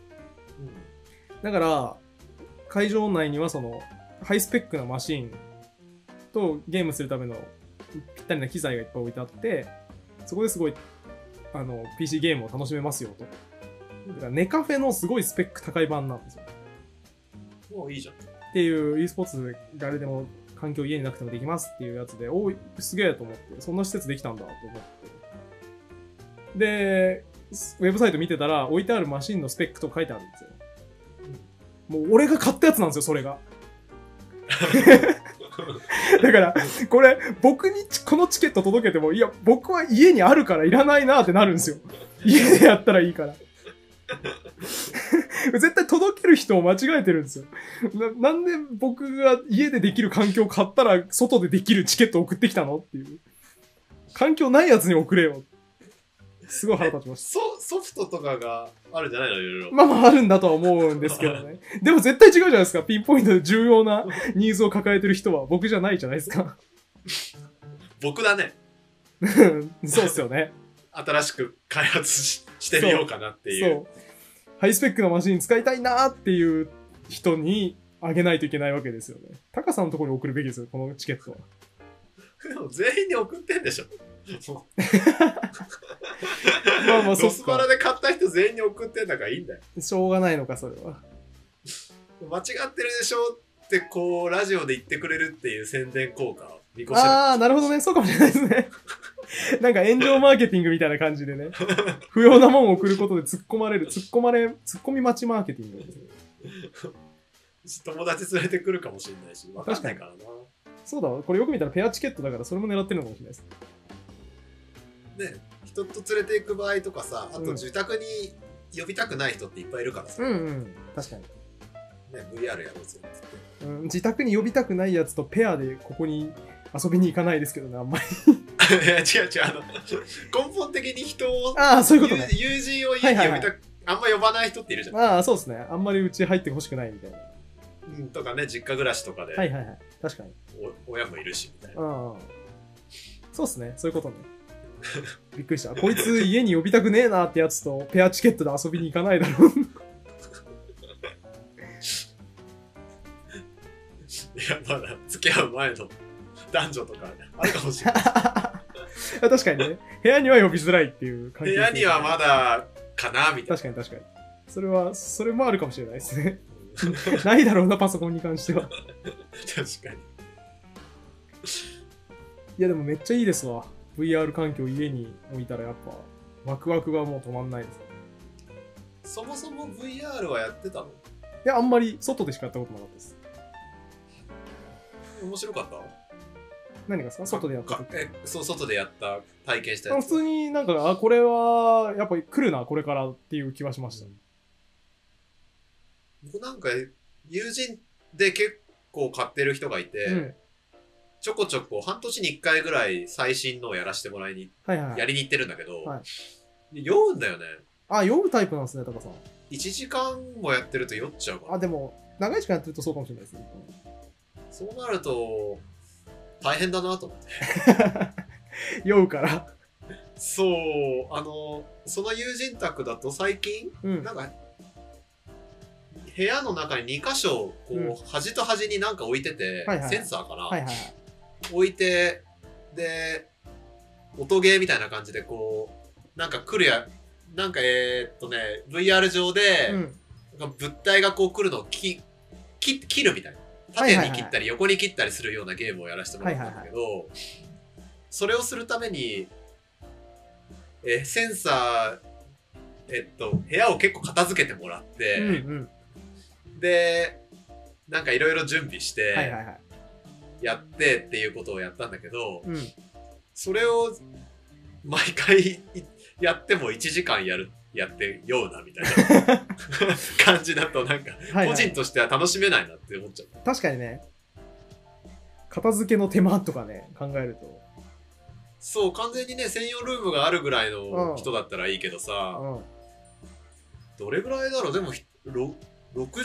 [SPEAKER 1] だから、会場内にはその、ハイスペックなマシンとゲームするためのぴったりな機材がいっぱい置いてあって、そこですごい、あの、PC ゲームを楽しめますよと。だから、ネカフェのすごいスペック高い版なんですよ。
[SPEAKER 2] うん。もういいじゃん。
[SPEAKER 1] っていう e スポーツ誰でも環境家になくてもできますっていうやつで、おい、すげえと思って、そんな施設できたんだと思って。で、ウェブサイト見てたら、置いてあるマシンのスペックとか書いてあるんですよ。もう俺が買ったやつなんですよ、それが。だから、これ、僕にちこのチケット届けても、いや、僕は家にあるからいらないなってなるんですよ。家でやったらいいから。 [laughs] 絶対届ける人を間違えてるんですよな。なんで僕が家でできる環境を買ったら、外でできるチケットを送ってきたのっていう。環境ないやつに送れよ。すごい腹立ちました。
[SPEAKER 2] ソソフトとかがあるんじゃないのいろいろ。
[SPEAKER 1] まあまああるんだとは思うんですけどね。でも絶対違うじゃないですか。ピンポイントで重要なニーズを抱えてる人は僕じゃないじゃないですか。
[SPEAKER 2] 僕だね。
[SPEAKER 1] うんそうっすよね。
[SPEAKER 2] 新しく開発ししてみようかなっていう。
[SPEAKER 1] そう。ハイスペックなマシン使いたいなーっていう人にあげないといけないわけですよね。タカさんのところに送るべきですよ、このチケットは。
[SPEAKER 2] でも全員に送ってんでしょ。
[SPEAKER 1] まあ [laughs] まあ、そ
[SPEAKER 2] ロ
[SPEAKER 1] っ
[SPEAKER 2] スバラ
[SPEAKER 1] か。
[SPEAKER 2] で買った人全員に送ってんだからいいんだよ。
[SPEAKER 1] しょうがないのか、それは。
[SPEAKER 2] 間違ってるでしょってこうラジオで言ってくれるっていう宣伝効果を見越してる
[SPEAKER 1] あー、なるほどね。そうかもしれないですね。 [laughs] なんか炎上マーケティングみたいな感じでね。不要なもんを送ることで突っ込まれる、突っ込まれ、突っ込み待ちマーケティングですね。
[SPEAKER 2] 友達連れてくるかもしれないし、わかんないからな。
[SPEAKER 1] そうだわ、これよく見たらペアチケットだからそれも狙ってるのかもしれないです。
[SPEAKER 2] ね、人と連れて行く場合とかさ、あ
[SPEAKER 1] うん
[SPEAKER 2] と自宅に呼びたくない人っていっぱいいるからさ、
[SPEAKER 1] んうん、確かに。
[SPEAKER 2] ね、VR やろう
[SPEAKER 1] [laughs]
[SPEAKER 2] ぜっつって。
[SPEAKER 1] うん、自宅に呼びたくないやつとペアでここに遊びに行かないですけどね、あんまり。
[SPEAKER 2] いや違う違う、あの、 [laughs] 根本的に人を、
[SPEAKER 1] ああ、そういうことね。
[SPEAKER 2] 友友人を家に呼びたく、
[SPEAKER 1] はいはいは
[SPEAKER 2] あんま呼ばない人っているじゃ
[SPEAKER 1] [laughs]
[SPEAKER 2] ん。
[SPEAKER 1] ああ、そうですね。あんまりうち入ってほしくないみたいな。
[SPEAKER 2] うん、とかね、実家暮らしとかで、
[SPEAKER 1] はいはいはい。確かに。
[SPEAKER 2] お親もいるしみたいな。
[SPEAKER 1] うんうん。そうですね。そういうことね。 [laughs] びっくりした。こいつ家に呼びたくねえなってやつとペアチケットで遊びに行かないだろう。 [laughs]
[SPEAKER 2] いや、まだ付き合う前の男女とかあるかも
[SPEAKER 1] [laughs]
[SPEAKER 2] しれない。
[SPEAKER 1] 確かにね。部屋には呼びづらいっていう感
[SPEAKER 2] 部
[SPEAKER 1] じ、
[SPEAKER 2] 屋にはまだかなみたい
[SPEAKER 1] 確かに確かに。それは、それもあるかもしれないですね。 [laughs]
[SPEAKER 2] な。
[SPEAKER 1] ないだろうな、パソコンに関しては。
[SPEAKER 2] [laughs] 確かに。
[SPEAKER 1] いやでもめっちゃいいですわ。VR 環境家に置いたらやっぱワクワクがもう止まんないです。
[SPEAKER 2] そもそも VR はやってたの
[SPEAKER 1] いや、あんまり外でしかやったことなかったです。
[SPEAKER 2] 面白かった
[SPEAKER 1] 何がですか外でやった
[SPEAKER 2] か
[SPEAKER 1] 時。
[SPEAKER 2] えそう外でやった体験した
[SPEAKER 1] あ
[SPEAKER 2] や
[SPEAKER 1] 普
[SPEAKER 2] つ
[SPEAKER 1] 通になんか、あ、これはやっぱり来るな、これからっていう気はしました。
[SPEAKER 2] 僕なんか友人で結構買ってる人がいて、
[SPEAKER 1] うん。
[SPEAKER 2] ちょこちょこ半年に1回ぐらい最新のをやらせてもらいに
[SPEAKER 1] はいはいは
[SPEAKER 2] や
[SPEAKER 1] い。
[SPEAKER 2] りに行ってるんだけど、
[SPEAKER 1] はい
[SPEAKER 2] 酔うんだよね
[SPEAKER 1] あ、酔うタイプなんですね、タカさん。
[SPEAKER 2] 1時間もやってると酔っちゃうか
[SPEAKER 1] あ、
[SPEAKER 2] ら
[SPEAKER 1] でも、長い時間やってるとそうかもしれないですね。
[SPEAKER 2] そうなると大変だなと思って
[SPEAKER 1] 酔うから。
[SPEAKER 2] そうあのその友人宅だと最近
[SPEAKER 1] うん
[SPEAKER 2] な。んか部屋の中に2箇所こう、
[SPEAKER 1] うん
[SPEAKER 2] 端と端になんか置いてて、
[SPEAKER 1] はいはい
[SPEAKER 2] センサーかな、
[SPEAKER 1] はいはいはい。
[SPEAKER 2] 置いてで音ゲーみたいな感じでこうなんか来るやなんかえーっとね VR 上で、
[SPEAKER 1] うん。
[SPEAKER 2] なんか物体がこう来るのをきき切るみたいな
[SPEAKER 1] はい
[SPEAKER 2] 縦
[SPEAKER 1] はいはい
[SPEAKER 2] に切ったり横に切ったりするようなゲームをやらせてもらったんだけど、それをするためにえーセンサーえっと部屋を結構片付けてもらって、
[SPEAKER 1] うんうん。
[SPEAKER 2] で、なんかいろいろ準備し
[SPEAKER 1] はいは
[SPEAKER 2] て、
[SPEAKER 1] いはい。
[SPEAKER 2] やってっていうことをやったんだけど、
[SPEAKER 1] うん。
[SPEAKER 2] それを毎回いやっても1時間やる、やってようなみたいな
[SPEAKER 1] [laughs]
[SPEAKER 2] 感じだとなんか、
[SPEAKER 1] はい、
[SPEAKER 2] 個
[SPEAKER 1] は
[SPEAKER 2] 人
[SPEAKER 1] い。
[SPEAKER 2] としては楽しめないなって思っちゃう。
[SPEAKER 1] 確かにね、片付けの手間とかね、考えると。
[SPEAKER 2] そう、完全にね、専用ルームがあるぐらいうの
[SPEAKER 1] ん
[SPEAKER 2] 人だったらいいけどさ、
[SPEAKER 1] う
[SPEAKER 2] どれぐらいだろうでも、ひろ6畳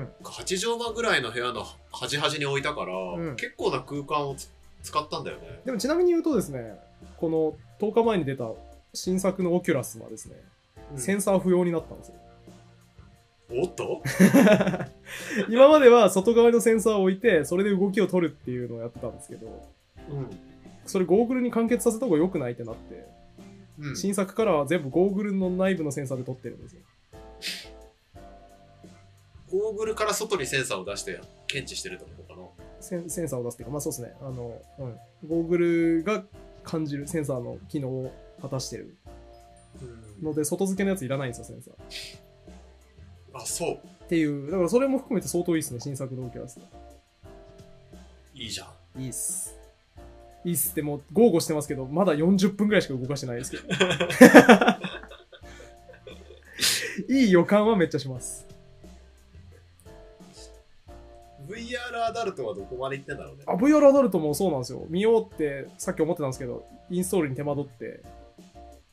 [SPEAKER 1] ん。うん。
[SPEAKER 2] 8畳間ぐらいの部屋の端々に置いたから、
[SPEAKER 1] うん
[SPEAKER 2] 結構な空間をつ使ったんだよね。
[SPEAKER 1] でもちなみに言うとですね、この10日前に出た新作のオキュラスはですね、センサー不要になったんですよ。
[SPEAKER 2] おっと
[SPEAKER 1] 今までは外側のセンサーを置いて、それで動きを取るっていうのをやってたんですけど、
[SPEAKER 2] うん。
[SPEAKER 1] それゴーグルに完結させた方が良くないってなって、
[SPEAKER 2] うん、
[SPEAKER 1] 新作からは全部ゴーグルの内部のセンサーで撮ってるんですよ。
[SPEAKER 2] ゴーグルから外にセンサーを出して検知してるってことかな。
[SPEAKER 1] センセンサーを出すっていうか、まあそうですね、あの、うん、ゴーグルが感じるセンサーの機能を果たしてる
[SPEAKER 2] うん、
[SPEAKER 1] ので、外付けのやついらないんですよ、センサー。
[SPEAKER 2] あ、そう。
[SPEAKER 1] っていう、だからそれも含めて相当いいですね、新作のオキュラス。
[SPEAKER 2] いいじゃん。
[SPEAKER 1] いいっす。いいっすって、もう、豪語してますけど、まだ40分ぐらいしか動かしてないです [laughs] けど。いい予感はめっちゃします。
[SPEAKER 2] VR アダルトはどこまで行ってんだろうね
[SPEAKER 1] あ、。VR アダルトもそうなんですよ。見ようって、さっき思ってたんですけど、インストールに手間取って、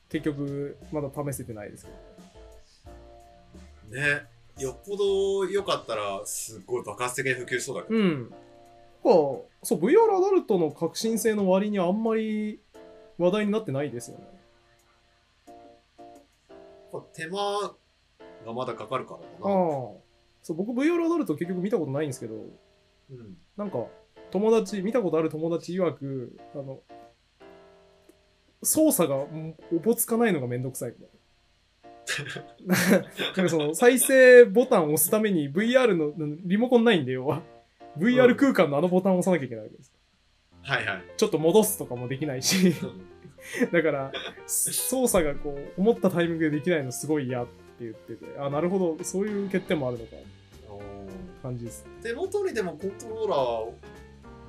[SPEAKER 1] 結局、まだ試せてないですけど。
[SPEAKER 2] ね。よっぽど良かったら、すっごい爆発的に普及しそうだけど。
[SPEAKER 1] うん。なんか、そう、VR アダルトの革新性の割にあんまり話題になってないですよね。
[SPEAKER 2] やっぱ手間がまだかかるから
[SPEAKER 1] ああ
[SPEAKER 2] かな。。
[SPEAKER 1] そう、僕 VR アダルト結局見たことないんですけど、
[SPEAKER 2] うん。
[SPEAKER 1] なんか、友達、見たことある友達曰く、あの、操作がんおぼつかないのがめんどく [laughs] さいみたいな。なんかその、再生ボタンを押すために VR の、なリモコンないんで、要は。VR 空間のあのボタンを押さなきゃいけないわけです。
[SPEAKER 2] はいはい。
[SPEAKER 1] ちょっと戻すとかもできない [laughs] し、だから、操作がこう、思ったタイミングでできないのすごい嫌って言ってて、あ、なるほど、そういう欠点もあるのか、
[SPEAKER 2] おー
[SPEAKER 1] 感じです。
[SPEAKER 2] 手元にでもコントローラーを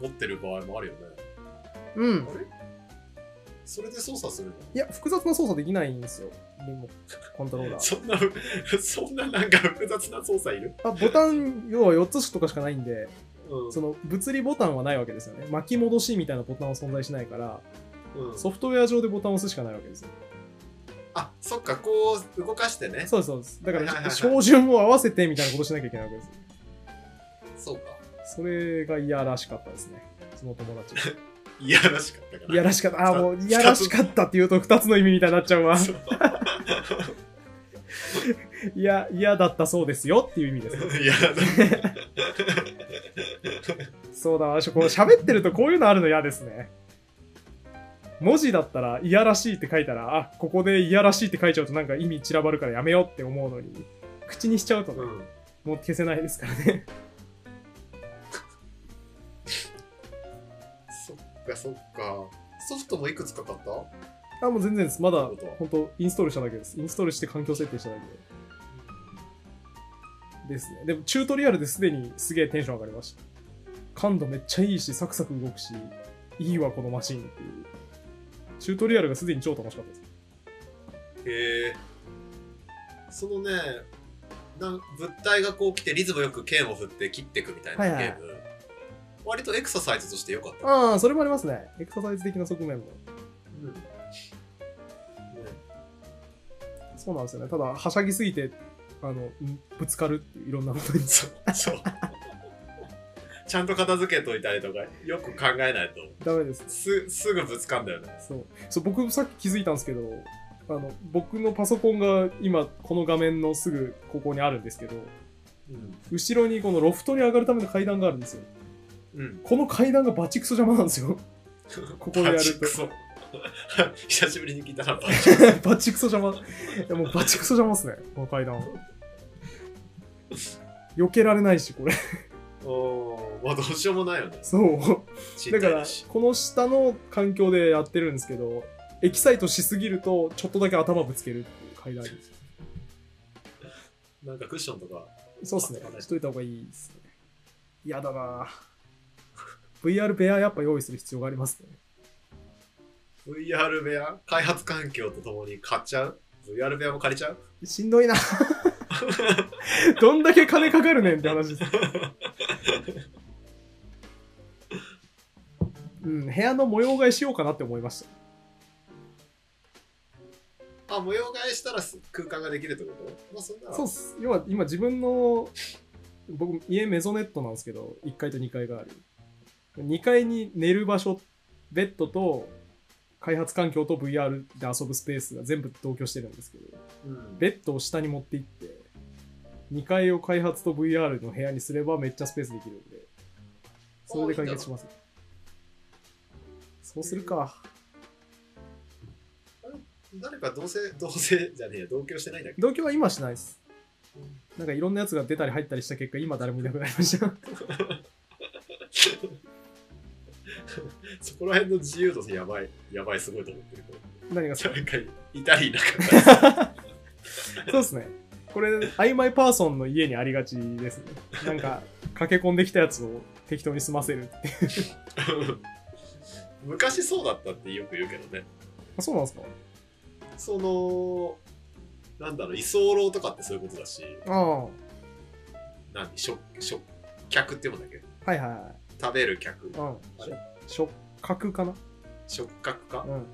[SPEAKER 2] 持ってる場合もあるよね。
[SPEAKER 1] うん。
[SPEAKER 2] それで操作するの
[SPEAKER 1] いや、複雑な操作できないんですよ、リモコントローラー。
[SPEAKER 2] そんな、 [laughs] そんななんか複雑な操作いる
[SPEAKER 1] あボタン、要は4つとかしかないんで、
[SPEAKER 2] うん
[SPEAKER 1] その物理ボタンはないわけですよね。巻き戻しみたいなボタンは存在しないから、
[SPEAKER 2] うん
[SPEAKER 1] ソフトウェア上でボタンを押すしかないわけですよ。
[SPEAKER 2] あ、そっか、こう動かしてね。
[SPEAKER 1] そうです、そうです。だか
[SPEAKER 2] はいはいは
[SPEAKER 1] ら、
[SPEAKER 2] い
[SPEAKER 1] 照準を合わせてみたいなことしなきゃいけないわけです。
[SPEAKER 2] そうか。
[SPEAKER 1] それが嫌らしかったですね。その友
[SPEAKER 2] [laughs]
[SPEAKER 1] 達。
[SPEAKER 2] いやらしかったから。
[SPEAKER 1] いやらしかった。あー、もう、いやらしかったって言うと2つの意味みたいになっちゃうわ。
[SPEAKER 2] そう
[SPEAKER 1] [laughs] いや、嫌だったそうですよっていう意味です。
[SPEAKER 2] [laughs] いや
[SPEAKER 1] そうだわ、しょこう喋ってるとこういうのあるの嫌ですね。文字だったら、いやらしいって書いたら、あ、ここでいやらしいって書いちゃうとなんか意味散らばるからやめようって思うのに、口にしちゃうとね、
[SPEAKER 2] うん。
[SPEAKER 1] もう消せないですからね。
[SPEAKER 2] そっか、そっか。ソフトもいくつか買った
[SPEAKER 1] [laughs] あ、もう全然です。まだ
[SPEAKER 2] なるほど、
[SPEAKER 1] 本当インストールしただけです。インストールして環境設定しただけですね。でも、チュートリアルですでにすげえテンション上がりました。感度めっちゃいいし、サクサク動くし、いいわ、このマシンっていう。チュートリアルがすでに超楽しかったです。
[SPEAKER 2] へえ。そのね、なん物体がこう来てリズムよく剣を振って切っていくみたいな
[SPEAKER 1] はい
[SPEAKER 2] ゲー
[SPEAKER 1] は
[SPEAKER 2] ム。
[SPEAKER 1] い
[SPEAKER 2] 割とエクササイズとして良かった。
[SPEAKER 1] ああ、それもありますね。エクササイズ的な側面も。
[SPEAKER 2] うんね
[SPEAKER 1] そうなんですよね。ただ、はしゃぎすぎて、あの、んぶつかるっていういろんなことに。
[SPEAKER 2] そう。そう。 [laughs] ちゃんと片付けといたりとか、よく考えないと、
[SPEAKER 1] ダメです。
[SPEAKER 2] す、すぐぶつかんだよね。
[SPEAKER 1] そう。そう、僕さっき気づいたんですけど、あの、僕のパソコンが今、この画面のすぐここにあるんですけど、
[SPEAKER 2] うん。
[SPEAKER 1] 後ろにこのロフトに上がるための階段があるんですよ。
[SPEAKER 2] うん。
[SPEAKER 1] この階段がバチクソ邪魔なんです
[SPEAKER 2] [laughs]
[SPEAKER 1] よ。ここでやる
[SPEAKER 2] バチ
[SPEAKER 1] と
[SPEAKER 2] [laughs] ク。ソ久しぶりに聞いたな、バチクソ
[SPEAKER 1] バチクソ邪魔。いや、もうバチクソ邪魔っすね、この階
[SPEAKER 2] [laughs]
[SPEAKER 1] 段。避けられないし、これ。
[SPEAKER 2] おーまあどうしようもないよね。
[SPEAKER 1] そう。
[SPEAKER 2] ち
[SPEAKER 1] だ
[SPEAKER 2] っち
[SPEAKER 1] か
[SPEAKER 2] ゃい
[SPEAKER 1] ら
[SPEAKER 2] し。
[SPEAKER 1] この下の環境でやってるんですけどエキサイトしすぎるとちょっとだけ頭ぶつけるっていう階段に
[SPEAKER 2] なんかクッションとか。
[SPEAKER 1] そうですね
[SPEAKER 2] あそう。だ
[SPEAKER 1] しといた方がいいですね。嫌だな VR ペアやっぱ用意する必要がありますね。
[SPEAKER 2] VR 部屋開発環境とともに買っちゃう ?VR 部屋も借りちゃう
[SPEAKER 1] しんど [laughs] いなどんだけ金かかるねんって話です。うん、部屋の模様替えしようかなって思いました。
[SPEAKER 2] あ、模様替えしたらす空間ができるってことまあそんなら
[SPEAKER 1] そうっす。要は今自分の、僕家メゾネットなんですけど、1階と2階がある。2階に寝る場所、ベッドと開発環境と VR で遊ぶスペースが全部同居してるんですけど、
[SPEAKER 2] うん
[SPEAKER 1] ベッドを下に持っていって、2階を開発と VR の部屋にすればめっちゃスペースできるんで、それで解決します。そうするか。
[SPEAKER 2] 誰か同棲、同棲じゃねえや、同居してないんだっけ
[SPEAKER 1] 同居は今しないです。なんかいろんなやつが出たり入ったりした結果、今誰もいなくなりました。 [laughs]
[SPEAKER 2] そこら辺の自由度やばい、やばい、すごいと思ってるけど。
[SPEAKER 1] 何がそ
[SPEAKER 2] 誰かいたりいなか [laughs] った
[SPEAKER 1] そ
[SPEAKER 2] り。
[SPEAKER 1] うですね。これ、曖昧パーソンの家にありがちですね。なんか、駆け込んできたやつを適当に済ませるって。
[SPEAKER 2] 昔そうだったってよく言うけどね。
[SPEAKER 1] あそうなんですか
[SPEAKER 2] その、なんだろう、居候とかってそういうことだし、
[SPEAKER 1] ああ。は
[SPEAKER 2] 何、食、食、客って言うんだっけ
[SPEAKER 1] いはいはい。
[SPEAKER 2] 食べる客、
[SPEAKER 1] うん
[SPEAKER 2] あれ。
[SPEAKER 1] 触覚かな
[SPEAKER 2] 食客か
[SPEAKER 1] う。ん。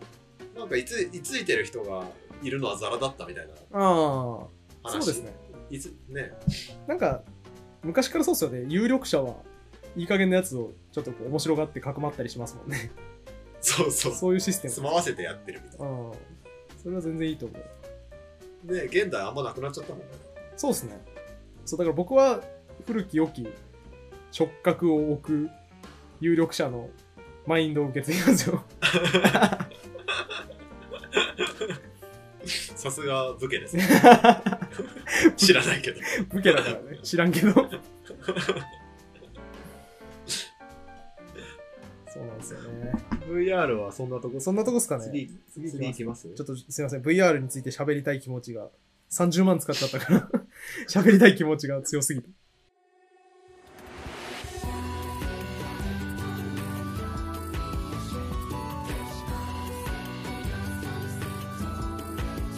[SPEAKER 2] なんかいつ、いついてる人がいるのはザラだったみたいな
[SPEAKER 1] ああ。そう
[SPEAKER 2] 話。
[SPEAKER 1] ですね。。
[SPEAKER 2] いつ、ね。
[SPEAKER 1] なんか、昔からそうっすよね。有力者は、いい加減なやつをちょっとこう面白がってかくまったりしますもんね。
[SPEAKER 2] そうそう。
[SPEAKER 1] そういうシステム。
[SPEAKER 2] 住まわせてやってるみたいな。
[SPEAKER 1] うん。それは全然いいと思う。
[SPEAKER 2] ね現代あんまなくなっちゃったもんね。
[SPEAKER 1] そうですね。そう、だから僕は古き良き触覚を置く有力者のマインドを受け継ぎますよ。
[SPEAKER 2] さすが武家です [laughs] ね。知ら [laughs] ないけど。
[SPEAKER 1] 武家だからね。知らんけど。そうなんですよね。
[SPEAKER 2] VR はそんなとこ
[SPEAKER 1] そんなとこっすかね。
[SPEAKER 2] 次、次
[SPEAKER 1] 次行
[SPEAKER 2] 行
[SPEAKER 1] き
[SPEAKER 2] きます
[SPEAKER 1] ちょっとすいません、VR について喋りたい気持ちが、30万使っちゃったから、喋りたい気持ちが強すぎて。